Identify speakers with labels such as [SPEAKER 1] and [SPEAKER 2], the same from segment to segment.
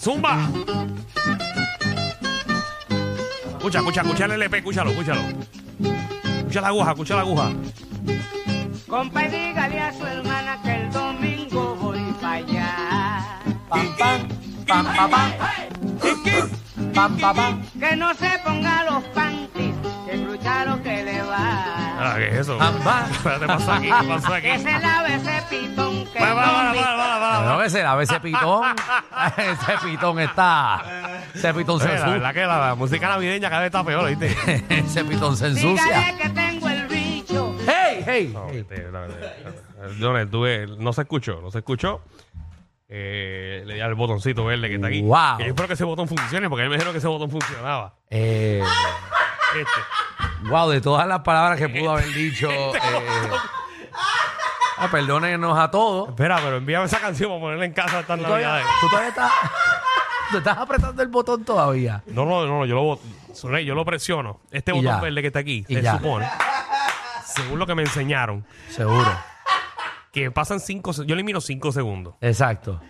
[SPEAKER 1] Zumba. Escucha, escucha, escucha el LP, escúchalo, escúchalo. Escucha la aguja, escucha la aguja.
[SPEAKER 2] Compa, y dígale a su hermana que el domingo voy para allá.
[SPEAKER 3] Pam, pam, pam, pam, pam. Pam, pam, pam.
[SPEAKER 2] Que no se ponga los panties, que brucharo que le va.
[SPEAKER 1] Ah, ¿qué es eso?
[SPEAKER 3] Zamba.
[SPEAKER 1] ¿Qué pasa aquí? ¿Qué pasa aquí?
[SPEAKER 2] Que se lave ese pitón que
[SPEAKER 1] Va, va,
[SPEAKER 2] el
[SPEAKER 1] va,
[SPEAKER 2] domingo-
[SPEAKER 1] va, va, va, va.
[SPEAKER 3] No, ese, la- ese pitón. ese pitón está. Ese pitón se
[SPEAKER 1] Oye, Eh, la
[SPEAKER 3] ensucia.
[SPEAKER 1] verdad que la, la música navideña cada vez está peor, ¿viste?
[SPEAKER 3] ese pitón se ensucia.
[SPEAKER 2] Dígale que tengo el bicho.
[SPEAKER 3] ¡Hey, hey!
[SPEAKER 1] No, este, la- la- Donald, tuve, no se escuchó, no se escuchó. Eh, le di al botoncito verde que está aquí.
[SPEAKER 3] Wow.
[SPEAKER 1] Que yo espero que ese botón funcione, porque a mí me dijeron que ese botón funcionaba.
[SPEAKER 3] Eh,
[SPEAKER 1] Este.
[SPEAKER 3] wow, de todas las palabras que pudo haber dicho. eh, ah, perdónenos a todos.
[SPEAKER 1] Espera, pero envíame esa canción para ponerla en casa eh. estas
[SPEAKER 3] ¿Tú todavía,
[SPEAKER 1] navidades.
[SPEAKER 3] tú todavía estás, tú estás apretando el botón todavía.
[SPEAKER 1] No, no, no, yo lo bot- Soleil, yo lo presiono. Este
[SPEAKER 3] Y
[SPEAKER 1] botón
[SPEAKER 3] ya.
[SPEAKER 1] verde que está aquí,
[SPEAKER 3] Y
[SPEAKER 1] se
[SPEAKER 3] ya.
[SPEAKER 1] supone. Según lo que me enseñaron,
[SPEAKER 3] Seguro.
[SPEAKER 1] que pasan cinco se- Yo le miro cinco segundos.
[SPEAKER 3] Exacto.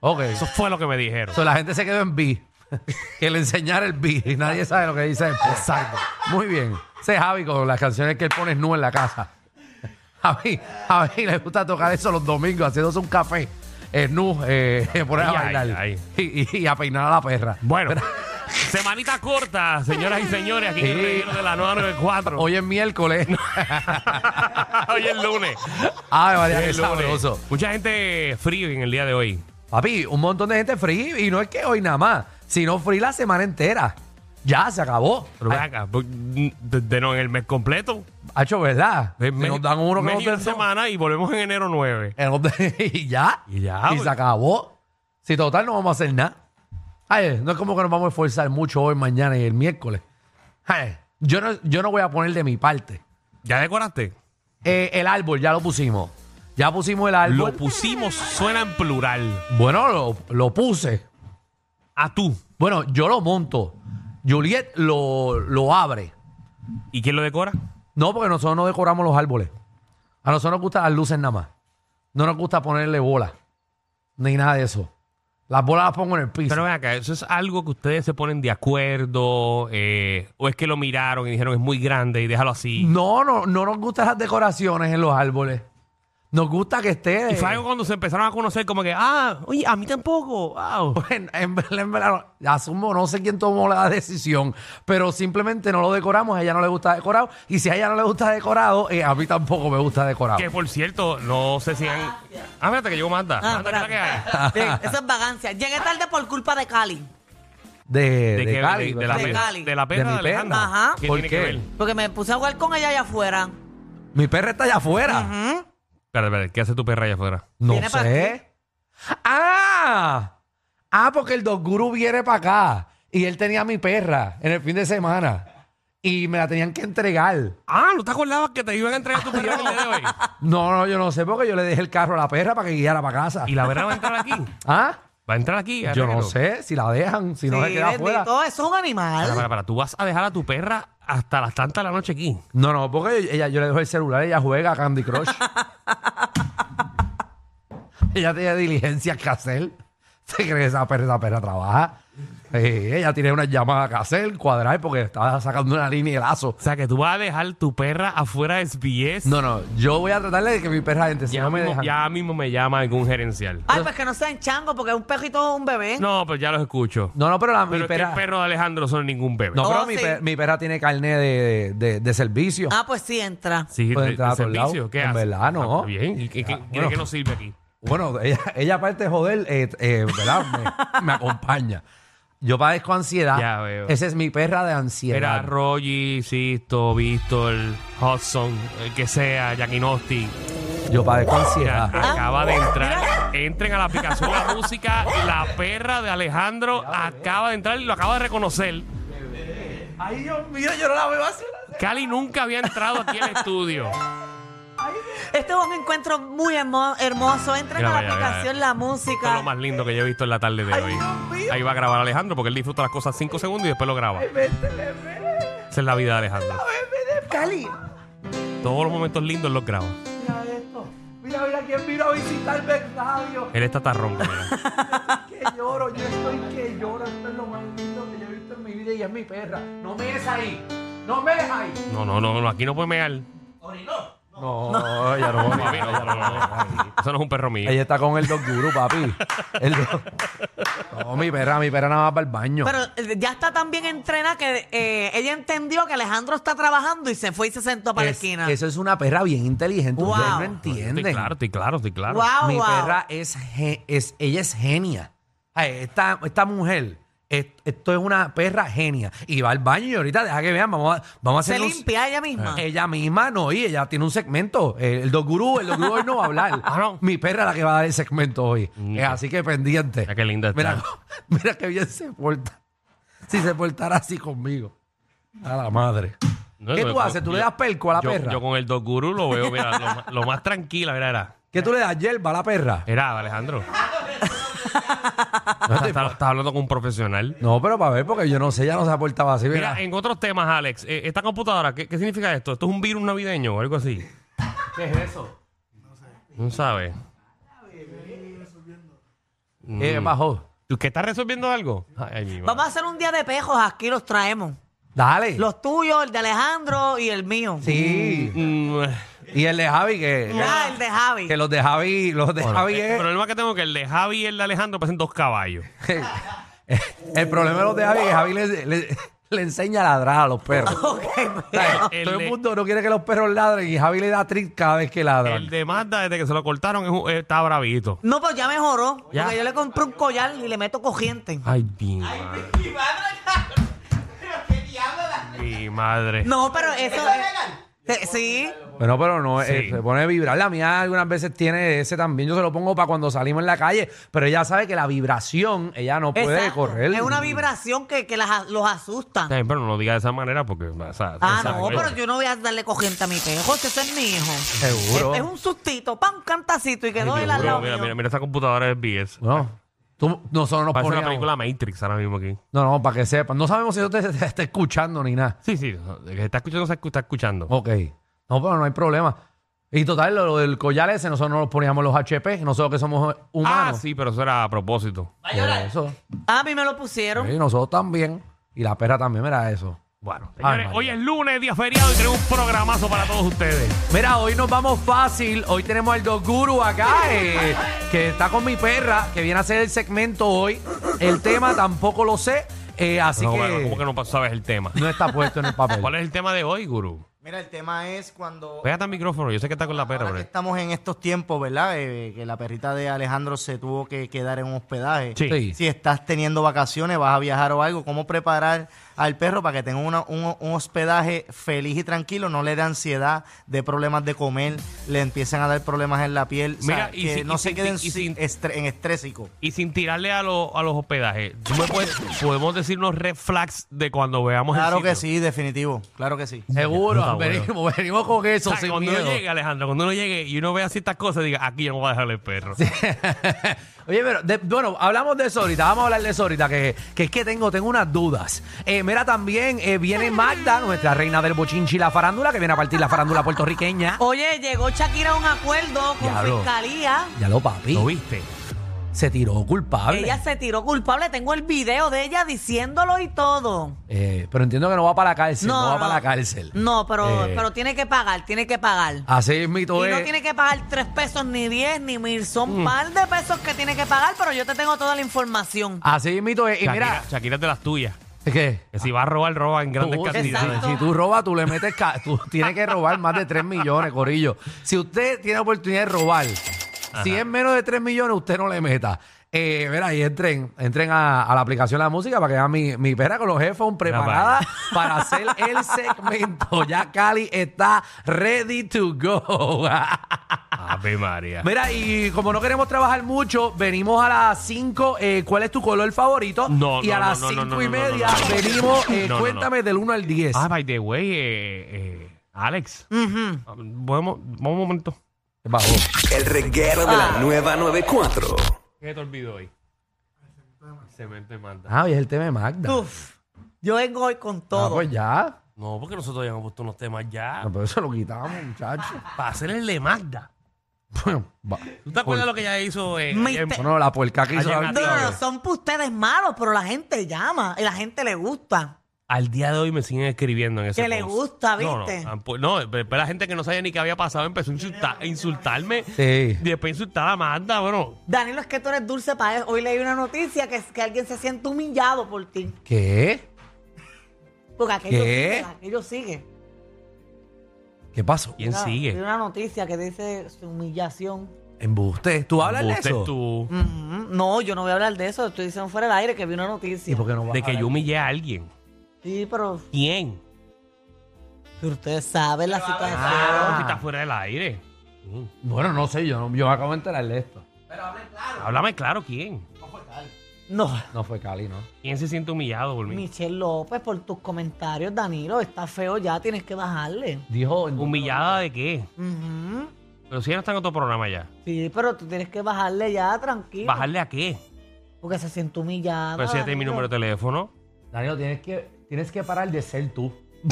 [SPEAKER 3] Ok.
[SPEAKER 1] Eso fue lo que me dijeron.
[SPEAKER 3] So, la gente se quedó en B. que le enseñara el B. Y nadie sabe lo que dice después. Exacto. Muy bien. Ese es Javi con las canciones que él pone nu en la casa. Javi, Javi le gusta tocar eso los domingos, haciéndose un café. eh, nu, eh, poner a
[SPEAKER 1] Ay, ay,
[SPEAKER 3] bailar.
[SPEAKER 1] ay.
[SPEAKER 3] Y, y- y a peinar a la perra.
[SPEAKER 1] Bueno,
[SPEAKER 3] Pero
[SPEAKER 1] semanita corta, señoras y señores, aquí en el
[SPEAKER 3] Sí.
[SPEAKER 1] reguero de la 994.
[SPEAKER 3] hoy es miércoles.
[SPEAKER 1] Hoy es lunes.
[SPEAKER 3] Ay, María,
[SPEAKER 1] Hoy
[SPEAKER 3] qué
[SPEAKER 1] es lunes.
[SPEAKER 3] sabroso.
[SPEAKER 1] Mucha gente frío en el día de hoy.
[SPEAKER 3] Papi, un montón de gente free. Y no es que hoy nada más, sino free la semana entera. Ya, se acabó.
[SPEAKER 1] Pero ven acá, pues, de, de- no en el mes completo.
[SPEAKER 3] Ha hecho, ¿verdad?
[SPEAKER 1] En
[SPEAKER 3] Si nos dan uno que
[SPEAKER 1] mes
[SPEAKER 3] nos
[SPEAKER 1] y una
[SPEAKER 3] den dos.
[SPEAKER 1] semana y volvemos en enero 9.
[SPEAKER 3] El hombre- y ya.
[SPEAKER 1] Y ya,
[SPEAKER 3] Y
[SPEAKER 1] pues.
[SPEAKER 3] se acabó. Si total no vamos a hacer nada. Ay, no es como que nos vamos a esforzar mucho hoy, mañana y el miércoles. Ay, yo, no, yo no voy a poner de mi parte.
[SPEAKER 1] ¿Ya decoraste?
[SPEAKER 3] Eh, el árbol, ya lo pusimos. Ya pusimos el árbol.
[SPEAKER 1] Lo pusimos, suena en plural.
[SPEAKER 3] bueno, lo, lo puse.
[SPEAKER 1] A tú.
[SPEAKER 3] Bueno, yo lo monto. Juliet lo, lo abre.
[SPEAKER 1] ¿Y quién lo decora?
[SPEAKER 3] No, porque nosotros no decoramos los árboles. A nosotros nos gustan las luces nada más. No nos gusta ponerle bolas. Ni nada de eso. Las bolas las pongo en el piso.
[SPEAKER 1] Pero ven acá, ¿eso es algo que ustedes se ponen de acuerdo? eh, ¿O es que lo miraron y dijeron es muy grande y déjalo así?
[SPEAKER 3] No, no, no nos gustan las decoraciones en los árboles. Nos gusta que esté.
[SPEAKER 1] Y fue algo cuando se empezaron a conocer, como que, ah, oye, a mí tampoco. wow.
[SPEAKER 3] En, en verdad, en verdad, no. asumo, no sé quién tomó la decisión, pero simplemente no lo decoramos. A ella no le gusta decorado. Y si a ella no le gusta decorado, eh, a mí tampoco me gusta decorado.
[SPEAKER 1] Que por cierto, no sé si han. Ah, espérate que llegó Manda.
[SPEAKER 4] Ah,
[SPEAKER 1] Manda, ¿qué es la que hay?
[SPEAKER 4] espérate. Sí, Esa es vagancia. Llegué tarde por culpa de Cali.
[SPEAKER 3] De, de,
[SPEAKER 1] qué?
[SPEAKER 3] Cali,
[SPEAKER 1] de, de la
[SPEAKER 4] De
[SPEAKER 1] perra,
[SPEAKER 4] Cali.
[SPEAKER 1] de la
[SPEAKER 3] De
[SPEAKER 1] perra
[SPEAKER 3] mi
[SPEAKER 1] de Alejandra.
[SPEAKER 4] perra. Ajá.
[SPEAKER 3] ¿Por
[SPEAKER 1] tiene
[SPEAKER 3] qué?
[SPEAKER 1] que ver?
[SPEAKER 4] Porque me puse a jugar con ella allá afuera.
[SPEAKER 3] Mi perra está allá afuera.
[SPEAKER 1] Espérate, espérate, ¿qué hace tu perra allá afuera?
[SPEAKER 3] No
[SPEAKER 4] Viene pa'
[SPEAKER 3] sé. ¡Ah! Ah, porque el Dog Guru viene para acá. Y él tenía a mi perra en el fin de semana. Y me la tenían que entregar.
[SPEAKER 1] Ah, ¿no te acordabas que te iban a entregar tu perra el día de hoy?
[SPEAKER 3] No, no, yo no sé porque yo le dejé el carro a la perra para que guiara para casa.
[SPEAKER 1] ¿Y la perra va a entrar aquí?
[SPEAKER 3] ¿Ah?
[SPEAKER 1] ¿Va a entrar aquí?
[SPEAKER 3] Yo no
[SPEAKER 1] Arreglo.
[SPEAKER 3] sé si la dejan, si no se
[SPEAKER 4] Sí,
[SPEAKER 3] queda
[SPEAKER 4] bendito,
[SPEAKER 3] afuera.
[SPEAKER 4] Eso es un
[SPEAKER 1] Para,
[SPEAKER 4] animal.
[SPEAKER 1] para, para, tú vas a dejar a tu perra hasta las tantas de la noche aquí.
[SPEAKER 3] No, no, porque ella, yo le dejo el celular, ella juega a Candy Crush. ella tiene diligencias que hacer. ¿Se cree que esa perra, esa perra trabaja? Eh, ella tiene unas llamadas que hacer, cuadrar, porque estaba sacando una línea de lazo.
[SPEAKER 1] O sea, que tú vas a dejar tu perra afuera de SBS.
[SPEAKER 3] No, no, yo voy a tratarle de que mi perra entre, si
[SPEAKER 1] ya,
[SPEAKER 3] no me
[SPEAKER 1] mismo,
[SPEAKER 3] dejan. Ah,
[SPEAKER 1] ya mismo me llama algún gerencial.
[SPEAKER 4] Ay, pues que no sean changos, porque un perrito es un bebé.
[SPEAKER 1] No, pero ya los escucho.
[SPEAKER 3] ¿eh? No, no, pero la,
[SPEAKER 1] pero
[SPEAKER 3] mi
[SPEAKER 1] es que
[SPEAKER 3] perra...
[SPEAKER 1] el perro de Alejandro no es ningún bebé.
[SPEAKER 3] No, pero
[SPEAKER 4] Oh,
[SPEAKER 3] mi,
[SPEAKER 4] sí.
[SPEAKER 3] per- mi perra tiene carne de, de- de servicio.
[SPEAKER 4] Ah, pues sí, entra.
[SPEAKER 1] Sí,
[SPEAKER 3] puede
[SPEAKER 1] de-
[SPEAKER 3] entrar
[SPEAKER 1] de
[SPEAKER 3] a todos
[SPEAKER 1] servicio,
[SPEAKER 3] lados.
[SPEAKER 1] ¿qué
[SPEAKER 3] En
[SPEAKER 1] hace?
[SPEAKER 3] verdad, no.
[SPEAKER 1] Ah, Bien, ¿y qué, qué-
[SPEAKER 3] Ah,
[SPEAKER 1] de
[SPEAKER 3] bueno.
[SPEAKER 1] qué nos sirve aquí?
[SPEAKER 3] Bueno, ella, ella aparte de joder, eh, eh, ¿verdad? Me, me acompaña. Yo padezco ansiedad.
[SPEAKER 1] Ya veo.
[SPEAKER 3] Esa es mi perra de
[SPEAKER 1] Era
[SPEAKER 3] ansiedad.
[SPEAKER 1] Rogi, Sisto, Víctor, Hudson, el que sea, Yakinosti.
[SPEAKER 3] Yo padezco
[SPEAKER 1] Mira,
[SPEAKER 3] ansiedad.
[SPEAKER 1] acaba de entrar. Entren a la aplicación La Música. La perra de Alejandro acaba de entrar y lo acaba de reconocer.
[SPEAKER 3] Ay, Dios mío, yo no la veo así.
[SPEAKER 1] Cali nunca había entrado aquí al estudio.
[SPEAKER 4] Este es un encuentro muy hermo- hermoso. Entren
[SPEAKER 1] Mira,
[SPEAKER 4] a la
[SPEAKER 1] vaya,
[SPEAKER 4] aplicación,
[SPEAKER 1] vaya.
[SPEAKER 4] la
[SPEAKER 1] Esto es lo
[SPEAKER 4] música.
[SPEAKER 1] más lindo que yo he visto en la tarde de hoy. Ahí va a grabar Alejandro porque él disfruta las cosas cinco segundos y después lo graba. Esa es la vida de Alejandro.
[SPEAKER 3] Cali,
[SPEAKER 1] Todos los momentos lindos los graba.
[SPEAKER 3] mira esto. Mira, mira quién vino a visitarme el radio.
[SPEAKER 1] Él está tan ronco, mira.
[SPEAKER 3] Que lloro, yo estoy es mi perra. No me es ahí. No me es ahí.
[SPEAKER 1] No, no, no, no, aquí no puede mear.
[SPEAKER 3] No, ella no.
[SPEAKER 1] Papi, no, no, no, no. Eso no es un perro mío.
[SPEAKER 3] Ella está con el dog guru, papi. El dog- No, mi perra, mi perra nada más para el baño.
[SPEAKER 4] Pero eh, ya está tan bien entrenada que eh, ella entendió que Alejandro está trabajando y se fue y se sentó para
[SPEAKER 3] Es-
[SPEAKER 4] la esquina.
[SPEAKER 3] Eso es una perra bien inteligente.
[SPEAKER 4] Wow.
[SPEAKER 3] Ustedes no
[SPEAKER 1] Estoy
[SPEAKER 3] entienden.
[SPEAKER 1] claro, estoy claro, estoy claro.
[SPEAKER 4] Wow,
[SPEAKER 3] Mi
[SPEAKER 4] Oh, wow.
[SPEAKER 3] perra es, ge- es ella es genia. Ay, Esta, esta mujer, es- esto es una perra genia. Y va al baño y ahorita deja que vean, vamos a, vamos a
[SPEAKER 4] se
[SPEAKER 3] hacer un-
[SPEAKER 4] limpia ella misma.
[SPEAKER 3] Ella misma no, y ella tiene un segmento. eh, El Dog Guru, el Dog Guru hoy no va a hablar.
[SPEAKER 1] Ah, no.
[SPEAKER 3] Mi perra es la que va a dar el segmento hoy.
[SPEAKER 1] Mm.
[SPEAKER 3] Eh, así que pendiente.
[SPEAKER 1] Mira qué linda está.
[SPEAKER 3] Mira, mira qué bien se porta. Si se portara así conmigo. A la madre.
[SPEAKER 1] No,
[SPEAKER 3] ¿Qué
[SPEAKER 1] yo-
[SPEAKER 3] tú haces? ¿Tú le das pelco a la
[SPEAKER 1] yo-
[SPEAKER 3] perra?
[SPEAKER 1] Yo con el dog guru lo veo, mira, lo, ma- lo más tranquila, mira, era.
[SPEAKER 3] ¿Qué tú le das hierba a la perra?
[SPEAKER 1] Era, Alejandro. No, Estás estás hablando con un profesional.
[SPEAKER 3] No, pero para ver, porque yo no sé, ella no se portaba así. Mira,
[SPEAKER 1] Mira, eh. en otros temas, Alex, eh, esta computadora, ¿qué, qué significa esto? ¿Esto es un virus navideño o algo así?
[SPEAKER 3] ¿qué es eso?
[SPEAKER 1] No sabes.
[SPEAKER 3] ¿Qué bajó?
[SPEAKER 1] Mm. ¿Tú qué estás resolviendo algo? Ay, mi madre.
[SPEAKER 4] Vamos a hacer un día de pejos aquí, los traemos.
[SPEAKER 3] Dale.
[SPEAKER 4] Los tuyos, el de Alejandro y el mío.
[SPEAKER 3] Sí.
[SPEAKER 1] Mm, eh,
[SPEAKER 3] Y el de Javi, que,
[SPEAKER 4] Ah, el de Javi.
[SPEAKER 3] que los de Javi, los de Javi
[SPEAKER 1] el
[SPEAKER 3] es.
[SPEAKER 1] problema que tengo es que el de Javi y el de Alejandro parecen dos caballos.
[SPEAKER 3] el problema de los de Javi es que Javi le, le- le enseña a ladrar a los perros. O sea,
[SPEAKER 1] El
[SPEAKER 3] todo
[SPEAKER 1] de-
[SPEAKER 3] el mundo no quiere que los perros ladren y Javi le da trip cada vez que ladran.
[SPEAKER 1] El de Mazda, desde que se lo cortaron, es un- eh, está bravito.
[SPEAKER 4] No, pues ya mejoró.
[SPEAKER 1] Ya.
[SPEAKER 4] Porque yo le compré un collar y le meto cogiente.
[SPEAKER 3] Ah.
[SPEAKER 1] Ay, mi madre. Mi madre.
[SPEAKER 4] No, pero eso. Eh, Sí.
[SPEAKER 3] Bueno, pero no, eh,
[SPEAKER 1] Sí.
[SPEAKER 3] se pone a vibrar. La mía algunas veces tiene ese también. Yo se lo pongo para cuando salimos en la calle, pero ella sabe que la vibración, ella no puede
[SPEAKER 4] Exacto.
[SPEAKER 3] correr.
[SPEAKER 4] Es una vibración que, que las- los asusta.
[SPEAKER 1] Está bien, pero no lo diga de esa manera porque. o sea,
[SPEAKER 4] Ah,
[SPEAKER 1] exacto,
[SPEAKER 4] no,
[SPEAKER 1] eso.
[SPEAKER 4] pero yo no voy a darle cogiente a mi pejo, si ese es mi hijo.
[SPEAKER 3] Seguro.
[SPEAKER 4] Es, es un sustito, pa, un cantacito y quedó
[SPEAKER 1] Ay,
[SPEAKER 4] él
[SPEAKER 1] Dios
[SPEAKER 4] al
[SPEAKER 1] mío,
[SPEAKER 4] lado
[SPEAKER 1] mira,
[SPEAKER 4] mío.
[SPEAKER 1] mira, mira esa computadora de BS.
[SPEAKER 3] No, tú- nosotros nos
[SPEAKER 1] Parece una
[SPEAKER 3] poníamos.
[SPEAKER 1] película Matrix ahora mismo aquí.
[SPEAKER 3] No, no, para que sepan. No sabemos si usted te está escuchando ni nada.
[SPEAKER 1] Sí, Oh, sí, el que está escuchando, se escu- está escuchando.
[SPEAKER 3] Ok. No, pero no hay problema. Y total, lo, lo del collar ese, nosotros no nos poníamos los HP, nosotros que somos
[SPEAKER 1] ah,
[SPEAKER 3] humanos.
[SPEAKER 1] sí, pero eso era a propósito.
[SPEAKER 3] Por eso.
[SPEAKER 4] Ah, A mí me lo pusieron.
[SPEAKER 3] Sí, nosotros también. Y la perra también, mira eso.
[SPEAKER 1] Bueno, señores,
[SPEAKER 3] María.
[SPEAKER 1] hoy es lunes, día feriado y tenemos un programazo para todos ustedes.
[SPEAKER 3] Mira, hoy nos vamos fácil. Hoy tenemos al Doguru acá, eh, que está con mi perra, que viene a hacer el segmento hoy. El tema tampoco lo sé, eh, así
[SPEAKER 1] No,
[SPEAKER 3] que,
[SPEAKER 1] bueno, ¿Cómo que no sabes el tema?
[SPEAKER 3] no está puesto en el papel.
[SPEAKER 1] ¿Cuál es el tema de hoy, gurú?
[SPEAKER 5] Mira, el tema es cuando
[SPEAKER 1] Pégate al micrófono, yo sé que está con la perra,
[SPEAKER 5] ahora
[SPEAKER 1] bro.
[SPEAKER 5] que estamos en estos tiempos, ¿verdad? Eh, que la perrita de Alejandro se tuvo que quedar en un hospedaje.
[SPEAKER 1] Sí.
[SPEAKER 3] Sí.
[SPEAKER 5] Si estás teniendo vacaciones, vas a viajar o algo, ¿cómo preparar al perro para que tenga una- un, un hospedaje feliz y tranquilo? No le dé ansiedad, de problemas de comer, le empiezan a dar problemas en la piel. o sea,
[SPEAKER 1] Mira, y
[SPEAKER 5] que
[SPEAKER 1] si-
[SPEAKER 5] no
[SPEAKER 1] y
[SPEAKER 5] se
[SPEAKER 1] si-
[SPEAKER 5] queden
[SPEAKER 1] y si-
[SPEAKER 5] sin estre- en estrésico.
[SPEAKER 1] Y sin tirarle a, los a los hospedajes, ¿tú me puedes- podemos decir unos red flags de cuando veamos el
[SPEAKER 5] Claro que
[SPEAKER 1] sitio?
[SPEAKER 5] sí, definitivo. Claro que sí.
[SPEAKER 3] Seguro,
[SPEAKER 1] Está bueno.
[SPEAKER 3] venimos, venimos con eso
[SPEAKER 1] O sea,
[SPEAKER 3] sin
[SPEAKER 1] cuando uno
[SPEAKER 3] miedo.
[SPEAKER 1] llegue, Alejandro, cuando uno llegue y uno vea ciertas cosas, diga, aquí yo no voy a dejar el perro.
[SPEAKER 3] Oye, pero de- bueno, hablamos de eso ahorita, vamos a hablar de eso ahorita, que, que es que tengo, tengo unas dudas. Eh, mira, también eh, viene Magda, nuestra reina del bochinchi y la farándula, que viene a partir la farándula puertorriqueña.
[SPEAKER 4] Oye, llegó Shakira a un acuerdo con
[SPEAKER 3] Diablo.
[SPEAKER 4] fiscalía.
[SPEAKER 3] Ya lo papi,
[SPEAKER 1] ¿Lo viste?
[SPEAKER 3] se tiró culpable.
[SPEAKER 4] Ella se tiró culpable. Tengo el video de ella diciéndolo y todo.
[SPEAKER 3] Eh, pero entiendo que no va para la cárcel, no, va para la cárcel.
[SPEAKER 4] No, pero,
[SPEAKER 3] Eh. Ah, pues.
[SPEAKER 4] pero tiene que pagar, tiene que pagar.
[SPEAKER 3] Así es mito
[SPEAKER 4] Y
[SPEAKER 3] es.
[SPEAKER 4] no tiene que pagar tres pesos, ni diez, ni mil. Son par de pesos que tiene que pagar, pero yo te tengo toda la información.
[SPEAKER 3] Así es mito es. Y
[SPEAKER 1] Shakira,
[SPEAKER 3] mira,
[SPEAKER 1] Shakira es de las tuyas.
[SPEAKER 3] ¿qué?
[SPEAKER 1] Que si va a robar, roba en grandes
[SPEAKER 3] Tú-
[SPEAKER 1] cantidades.
[SPEAKER 4] Exacto.
[SPEAKER 3] Si tú robas, tú le metes. ca- tú tienes que robar más de 3 millones, Corillo. Si usted tiene oportunidad de robar, si es menos de 3 millones, usted no le meta. Eh, mira, y entren, entren a, a la aplicación de la música para que vean mi, mi perra con los headphones preparada para hacer el segmento. Ya Cali está ready to go.
[SPEAKER 1] Ave María.
[SPEAKER 3] Mira, y como no queremos trabajar mucho, venimos a las 5. ¿Cuál es tu color favorito?
[SPEAKER 1] No,
[SPEAKER 3] y
[SPEAKER 1] no,
[SPEAKER 3] a
[SPEAKER 1] no,
[SPEAKER 3] las
[SPEAKER 1] no, no,
[SPEAKER 3] 5
[SPEAKER 1] no,
[SPEAKER 3] y
[SPEAKER 1] no, no,
[SPEAKER 3] media
[SPEAKER 1] no, no.
[SPEAKER 3] venimos. eh,
[SPEAKER 1] No, no, no.
[SPEAKER 3] cuéntame del 1 al 10.
[SPEAKER 1] Ah, by the way, eh, eh, Alex.
[SPEAKER 3] Ah,
[SPEAKER 1] ¿podemos- vamos un momento.
[SPEAKER 3] Bajó.
[SPEAKER 6] El reguero de la nueva 94.
[SPEAKER 1] ¿Qué te olvidó hoy? Cemento y manda.
[SPEAKER 3] Ah, hoy es el tema de Magda.
[SPEAKER 4] Uf, yo vengo hoy con
[SPEAKER 3] Ah,
[SPEAKER 4] todo.
[SPEAKER 3] pues ya.
[SPEAKER 1] No, porque nosotros ya hemos puesto unos temas ya.
[SPEAKER 3] No, pero eso lo quitamos, muchachos.
[SPEAKER 1] Para hacer el de Magda. ¿Tú te acuerdas lo que ella hizo? eh,
[SPEAKER 4] Mi
[SPEAKER 1] ayer?
[SPEAKER 4] te-
[SPEAKER 3] Bueno, la puerca que hizo
[SPEAKER 1] Ayer
[SPEAKER 3] la
[SPEAKER 1] Nati-
[SPEAKER 4] No, no, no,
[SPEAKER 1] Claro.
[SPEAKER 4] son para ustedes malos, pero la gente llama y la gente le gusta.
[SPEAKER 1] al día de hoy me siguen escribiendo en ese
[SPEAKER 4] Que le
[SPEAKER 1] post.
[SPEAKER 4] gusta,
[SPEAKER 1] No, no,
[SPEAKER 4] ¿viste?
[SPEAKER 1] tampo- No, pero la gente que no sabía ni qué había pasado empezó a, insulta- a insultarme.
[SPEAKER 3] Sí.
[SPEAKER 1] Y después insultar a Amanda, bueno.
[SPEAKER 4] Danilo, es que tú eres dulce para eso. Hoy leí una noticia que, que alguien se siente humillado por ti.
[SPEAKER 3] ¿Qué?
[SPEAKER 4] Porque aquello
[SPEAKER 3] ¿Qué?
[SPEAKER 4] sigue. Aquello sigue.
[SPEAKER 3] ¿Qué pasó?
[SPEAKER 1] ¿Quién
[SPEAKER 4] Ah,
[SPEAKER 1] sigue?
[SPEAKER 4] Hay una noticia que dice su humillación.
[SPEAKER 3] ¿Embuste? ¿Tú hablas de
[SPEAKER 1] Usted
[SPEAKER 3] eso?
[SPEAKER 1] tú,
[SPEAKER 4] Ujú. No, yo no voy a hablar de eso. Estoy diciendo fuera del aire que vi una
[SPEAKER 3] ¿Y
[SPEAKER 4] noticia.
[SPEAKER 3] por qué no vas
[SPEAKER 1] de
[SPEAKER 3] a
[SPEAKER 1] que
[SPEAKER 3] hablar?
[SPEAKER 1] yo humillé a alguien.
[SPEAKER 4] Sí, pero,
[SPEAKER 1] ¿Quién?
[SPEAKER 4] pero ustedes saben la situación.
[SPEAKER 1] Ah, si está fuera del aire. Mm.
[SPEAKER 3] Bueno, no sé, yo, no- yo me acabo de enterar de esto.
[SPEAKER 1] Háblame claro, ¿quién?
[SPEAKER 4] No.
[SPEAKER 1] Ah.
[SPEAKER 3] No fue Cali, ¿no?
[SPEAKER 1] ¿Quién se siente humillado por mí?
[SPEAKER 4] Michelle López, por tus comentarios, Danilo, está feo ya, tienes que bajarle.
[SPEAKER 3] Dijo...
[SPEAKER 1] ¿Humillada de qué?
[SPEAKER 4] Ujú.
[SPEAKER 1] Pero si ya no está en otro programa ya.
[SPEAKER 4] Sí, pero tú tienes que bajarle ya, tranquilo.
[SPEAKER 1] ¿Bajarle Pues a qué?
[SPEAKER 4] Porque se siente humillada.
[SPEAKER 1] Pero si ya tiene mi
[SPEAKER 4] Danilo.
[SPEAKER 1] número de teléfono.
[SPEAKER 3] Danilo, tienes que, tienes que parar de ser tú.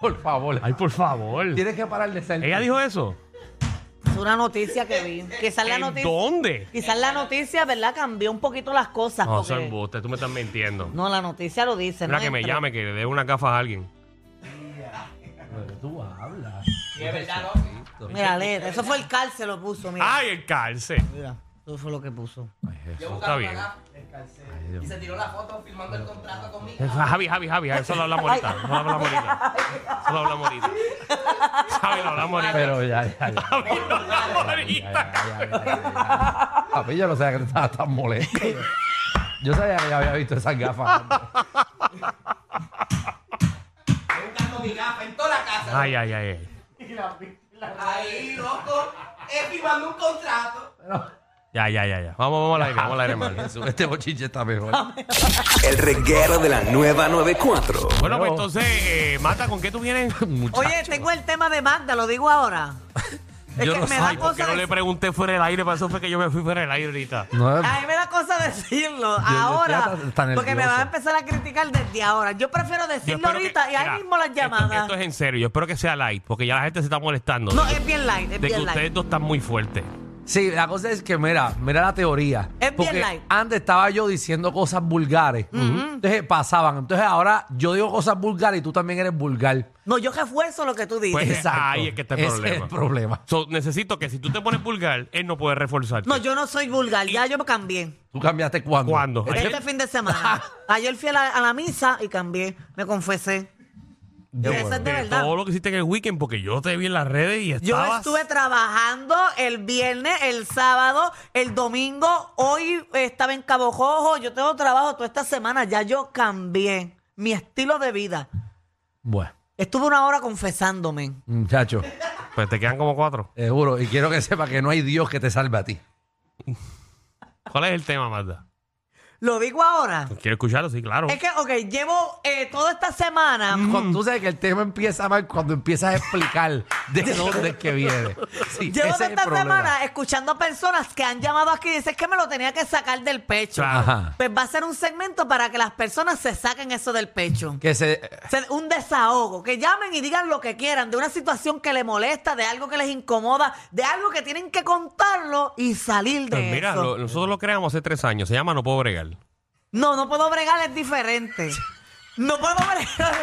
[SPEAKER 3] por favor.
[SPEAKER 1] Ay, por favor.
[SPEAKER 3] Tienes que parar de ser
[SPEAKER 1] ¿Ella
[SPEAKER 3] tú.
[SPEAKER 1] dijo eso?
[SPEAKER 4] Es una noticia que vi. Quizás la
[SPEAKER 1] ¿En
[SPEAKER 4] noticia,
[SPEAKER 1] ¿Dónde?
[SPEAKER 4] quizás la noticia, ¿verdad? Cambió un poquito las cosas.
[SPEAKER 1] No,
[SPEAKER 4] porque-
[SPEAKER 1] eso es embuste, tú me estás mintiendo.
[SPEAKER 4] no, la noticia lo dice.
[SPEAKER 1] Mira
[SPEAKER 4] no
[SPEAKER 1] que me
[SPEAKER 4] entra.
[SPEAKER 1] llame, que le dé una gafa a alguien.
[SPEAKER 3] Pero que tú hablas.
[SPEAKER 4] Mira, léete. Eso fue el cárcel lo puso, mira.
[SPEAKER 1] ¡Ay, el calce!
[SPEAKER 4] Mira, eso fue lo que puso.
[SPEAKER 1] Eso está bien. Y se tiró la foto firmando el contrato conmigo. Javi, Javi, Javi, eso lo hablamos ahorita. Eso lo hablamos ahorita. Eso lo hablamos ahorita. Javi, lo hablamos ahorita.
[SPEAKER 3] Pero ya, ya, ya.
[SPEAKER 1] Javi, lo hablamos ahorita.
[SPEAKER 3] Papi, yo no sabía que tú estabas tan molesto. Yo sabía que ya había visto esas gafas. antes.
[SPEAKER 7] buscando mi gafa en toda la casa.
[SPEAKER 1] Ay, ay, ay. ay.
[SPEAKER 7] Ahí, loco, he firmado un contrato.
[SPEAKER 1] Ya, ya, ya, ya. Vamos, vamos al aire, vamos al aire, mal.
[SPEAKER 3] Jesús, Este bochinche está mejor.
[SPEAKER 6] El reguero de la nueva 94.
[SPEAKER 1] Bueno, pues entonces, eh, Mata, ¿con qué tú vienes? Muchacho.
[SPEAKER 4] Oye, tengo el tema de Magda, lo digo ahora. Es
[SPEAKER 3] Yo
[SPEAKER 4] que
[SPEAKER 3] no
[SPEAKER 4] me
[SPEAKER 3] sé,
[SPEAKER 4] da
[SPEAKER 1] Ay, ¿por qué
[SPEAKER 4] cosa
[SPEAKER 1] no
[SPEAKER 4] de-
[SPEAKER 1] le pregunté fuera del aire? Para eso fue que yo me fui fuera del aire ahorita.
[SPEAKER 3] No,
[SPEAKER 4] A mí me da cosa
[SPEAKER 3] yo
[SPEAKER 4] decirlo ahora.
[SPEAKER 3] estoy hasta- hasta
[SPEAKER 4] porque me
[SPEAKER 3] nervioso.
[SPEAKER 4] van a empezar a criticar desde ahora. Yo prefiero
[SPEAKER 1] Yo
[SPEAKER 4] decirlo
[SPEAKER 1] espero que-
[SPEAKER 4] ahorita y
[SPEAKER 1] mira,
[SPEAKER 4] ahí mismo las
[SPEAKER 1] esto-
[SPEAKER 4] llamadas.
[SPEAKER 1] Esto, es en serio. Yo espero que sea light, porque ya la gente se está molestando.
[SPEAKER 4] No,
[SPEAKER 1] de,
[SPEAKER 4] es bien light, es
[SPEAKER 1] de que
[SPEAKER 4] bien
[SPEAKER 1] ustedes
[SPEAKER 4] light.
[SPEAKER 1] dos están muy fuertes.
[SPEAKER 3] Sí, la cosa es que, mira, mira la teoría.
[SPEAKER 4] Es bien
[SPEAKER 3] Porque
[SPEAKER 4] light.
[SPEAKER 3] antes estaba yo diciendo cosas vulgares. Entonces pasaban. Entonces ahora yo digo cosas vulgares y tú también eres vulgar.
[SPEAKER 4] No, yo refuerzo lo que tú dices.
[SPEAKER 1] Pues, ahí es que está el
[SPEAKER 3] Ese
[SPEAKER 1] problema.
[SPEAKER 3] es el problema.
[SPEAKER 1] So, necesito que si tú te pones vulgar, él no puede reforzarte.
[SPEAKER 4] no, yo no soy vulgar, ya yo cambié.
[SPEAKER 3] ¿Tú cambiaste cuándo?
[SPEAKER 1] ¿Cuándo? Ayer-
[SPEAKER 4] Este fin de semana. Ayer fui a la, a la misa y cambié, me confesé.
[SPEAKER 3] Qué
[SPEAKER 4] Eso
[SPEAKER 3] bueno.
[SPEAKER 4] es de verdad.
[SPEAKER 1] Todo lo que hiciste en el weekend, porque yo te vi en las redes y
[SPEAKER 4] Yo
[SPEAKER 1] estabas...
[SPEAKER 4] estuve trabajando el viernes, el sábado, el domingo. Hoy eh, estaba en Cabo Jojo. Yo tengo trabajo toda esta semana. Ya yo cambié mi estilo de vida.
[SPEAKER 3] Bueno,
[SPEAKER 4] Estuve una hora confesándome.
[SPEAKER 3] muchacho,
[SPEAKER 1] Pues te quedan como cuatro.
[SPEAKER 3] seguro. Y quiero que sepa que no hay Dios que te salve a ti.
[SPEAKER 1] ¿Cuál es el tema, Marta?
[SPEAKER 4] Lo digo ahora.
[SPEAKER 1] Quiero escucharlo, sí, claro.
[SPEAKER 4] Es que, ok, llevo eh, toda esta semana.
[SPEAKER 1] Mm.
[SPEAKER 3] Cuando tú sabes que el tema empieza mal cuando empiezas a explicar de dónde es que viene. Sí,
[SPEAKER 4] Llevo
[SPEAKER 3] ese
[SPEAKER 4] toda
[SPEAKER 3] es el
[SPEAKER 4] esta
[SPEAKER 3] problema.
[SPEAKER 4] semana escuchando a personas que han llamado aquí y dicen "Es que me lo tenía que sacar del pecho.
[SPEAKER 1] Claro.
[SPEAKER 3] Ajá.
[SPEAKER 4] Pues va a ser un segmento para que las personas se saquen eso del pecho.
[SPEAKER 3] Que se...
[SPEAKER 4] Se- un desahogo, que llamen y digan lo que quieran de una situación que les molesta, de algo que les incomoda, de algo que tienen que contarlo y salir de
[SPEAKER 1] Pues mira,
[SPEAKER 4] eso.
[SPEAKER 1] lo- nosotros lo creamos hace tres años. Se llama No Puedo Bregar.
[SPEAKER 4] No, no puedo bregar, es diferente. No puedo bregar.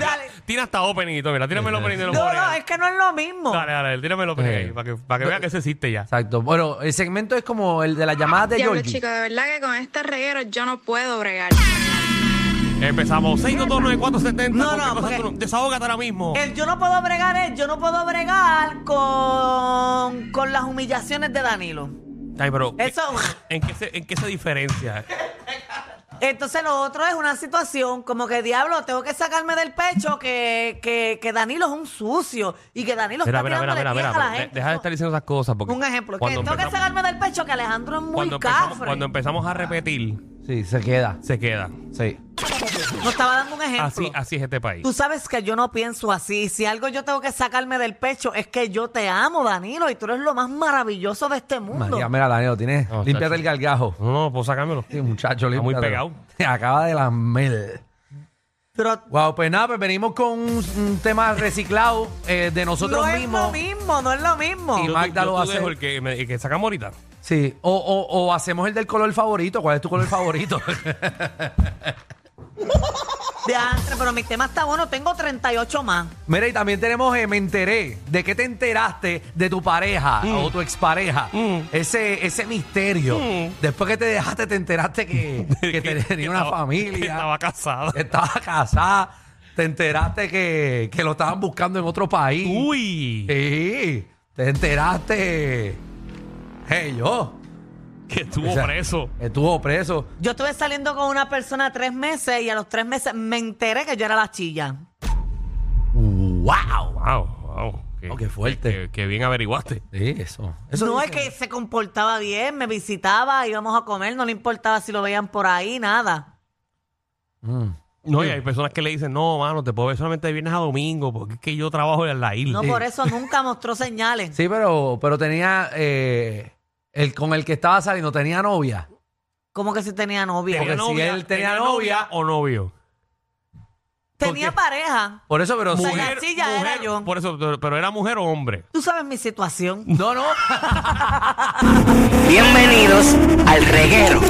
[SPEAKER 4] Dale.
[SPEAKER 1] Tira hasta opening y todo. Mira, tírame el opening de No Puedo
[SPEAKER 4] No, no,
[SPEAKER 1] Bregar.
[SPEAKER 4] es que no es lo mismo.
[SPEAKER 1] Dale, dale, tírame el opening
[SPEAKER 3] Sí.
[SPEAKER 1] ahí, para que, para que vea que se existe ya.
[SPEAKER 3] Exacto. Bueno, el segmento es como el
[SPEAKER 4] Ah,
[SPEAKER 3] de las llamadas de
[SPEAKER 8] Diablo,
[SPEAKER 3] Georgie.
[SPEAKER 8] chico, de verdad que con este reguero yo no puedo bregar.
[SPEAKER 1] Empezamos. 6229470.
[SPEAKER 4] No,
[SPEAKER 1] ¿Con qué
[SPEAKER 4] no,
[SPEAKER 1] cosa
[SPEAKER 4] porque-
[SPEAKER 1] tú no- Desahógate ahora mismo.
[SPEAKER 4] El yo no puedo bregar es yo no puedo bregar con, con las humillaciones de Danilo.
[SPEAKER 1] Ay, pero.
[SPEAKER 4] Eso es uno.
[SPEAKER 1] ¿En qué, se, ¿En qué se diferencia?
[SPEAKER 4] Entonces lo otro es una situación como que diablo, tengo que sacarme del pecho que, que, que Danilo es un sucio y que Danilo
[SPEAKER 1] Mira,
[SPEAKER 4] está
[SPEAKER 1] mira,
[SPEAKER 4] tirándole
[SPEAKER 1] mira, mira, mira.
[SPEAKER 4] piedras a la
[SPEAKER 1] pero de-
[SPEAKER 4] gente.
[SPEAKER 1] Deja de estar diciendo esas cosas. Porque
[SPEAKER 4] Un ejemplo, que
[SPEAKER 1] cuando
[SPEAKER 4] tengo que
[SPEAKER 1] empezamos-
[SPEAKER 4] sacarme del pecho que Alejandro es muy
[SPEAKER 1] cuando empezamos,
[SPEAKER 4] cafre.
[SPEAKER 1] cuando empezamos a repetir,
[SPEAKER 3] Sí, se queda.
[SPEAKER 1] se queda.
[SPEAKER 3] Sí.
[SPEAKER 4] Nos estaba dando un ejemplo.
[SPEAKER 1] Así, así es este país.
[SPEAKER 4] Tú sabes que yo no pienso así. Si algo yo tengo que sacarme del pecho es que yo te amo, Danilo, y tú eres lo más maravilloso de este mundo.
[SPEAKER 3] María, mira, Danilo, tienes...
[SPEAKER 1] No,
[SPEAKER 3] límpiate
[SPEAKER 1] chacho.
[SPEAKER 3] el gargajo.
[SPEAKER 1] No, no, pues puedo sacármelo.
[SPEAKER 3] Sí, muchacho,
[SPEAKER 1] Está muy
[SPEAKER 3] límpiatelo.
[SPEAKER 1] pegado.
[SPEAKER 3] Te acaba de lamer.
[SPEAKER 4] Pero
[SPEAKER 3] Wow, pues nada, pues venimos con un, un tema reciclado eh, de nosotros
[SPEAKER 4] no es
[SPEAKER 3] mismos.
[SPEAKER 4] lo mismo, no es lo mismo.
[SPEAKER 3] Y
[SPEAKER 1] Yo-
[SPEAKER 3] Magda
[SPEAKER 1] yo
[SPEAKER 3] lo
[SPEAKER 1] tú
[SPEAKER 3] hace.
[SPEAKER 1] dejo El que, me- el que sacamos ahorita.
[SPEAKER 3] Sí, o, o- o hacemos el del color favorito. ¿Cuál es tu color favorito?
[SPEAKER 4] Diantre, pero mi tema está bueno. Tengo 38 más.
[SPEAKER 3] Mira, y también tenemos eh, Me enteré. ¿De qué te enteraste de tu pareja o tu expareja? Ese, ese misterio. Después que te dejaste, te enteraste que, que tenía una
[SPEAKER 1] estaba- que
[SPEAKER 3] familia. Este
[SPEAKER 1] estaba casada.
[SPEAKER 3] que estaba casada. Te enteraste que, que lo estaban buscando en otro país.
[SPEAKER 1] Uh. Uy.
[SPEAKER 3] Sí, te enteraste. Hey, yo.
[SPEAKER 1] Que estuvo
[SPEAKER 3] O sea,
[SPEAKER 1] preso.
[SPEAKER 3] Estuvo preso.
[SPEAKER 4] Yo estuve saliendo con una persona tres meses y a los tres meses me enteré que yo era la chilla.
[SPEAKER 3] ¡Wow!
[SPEAKER 1] Wow, wow. Qué,
[SPEAKER 3] Oh, qué fuerte.
[SPEAKER 1] Qué, qué bien averiguaste.
[SPEAKER 3] Sí, eso. eso
[SPEAKER 4] no, es
[SPEAKER 3] dice-
[SPEAKER 4] que se comportaba bien, me visitaba, íbamos a comer, no le importaba si lo veían por ahí, nada.
[SPEAKER 3] Mm.
[SPEAKER 1] No, y hay personas que le dicen, no, mano, te puedo ver solamente de viernes a domingo, porque es que yo trabajo en la isla.
[SPEAKER 4] No, por eso nunca mostró señales.
[SPEAKER 3] Sí, pero, pero tenía. eh, el con el que estaba saliendo tenía novia.
[SPEAKER 4] Como que si tenía novia.
[SPEAKER 3] Porque
[SPEAKER 1] ¿Tenía
[SPEAKER 4] Tenía,
[SPEAKER 3] si
[SPEAKER 1] novia?
[SPEAKER 3] él tenía
[SPEAKER 1] ¿Tenía
[SPEAKER 3] novia.
[SPEAKER 1] o novio.
[SPEAKER 4] pareja.
[SPEAKER 3] Por eso, pero.
[SPEAKER 4] sea,
[SPEAKER 3] si-
[SPEAKER 4] la chilla era yo.
[SPEAKER 1] Por eso, pero- pero era mujer o hombre.
[SPEAKER 4] Tú sabes mi situación.
[SPEAKER 3] No, no.
[SPEAKER 2] Bienvenidos al reguero.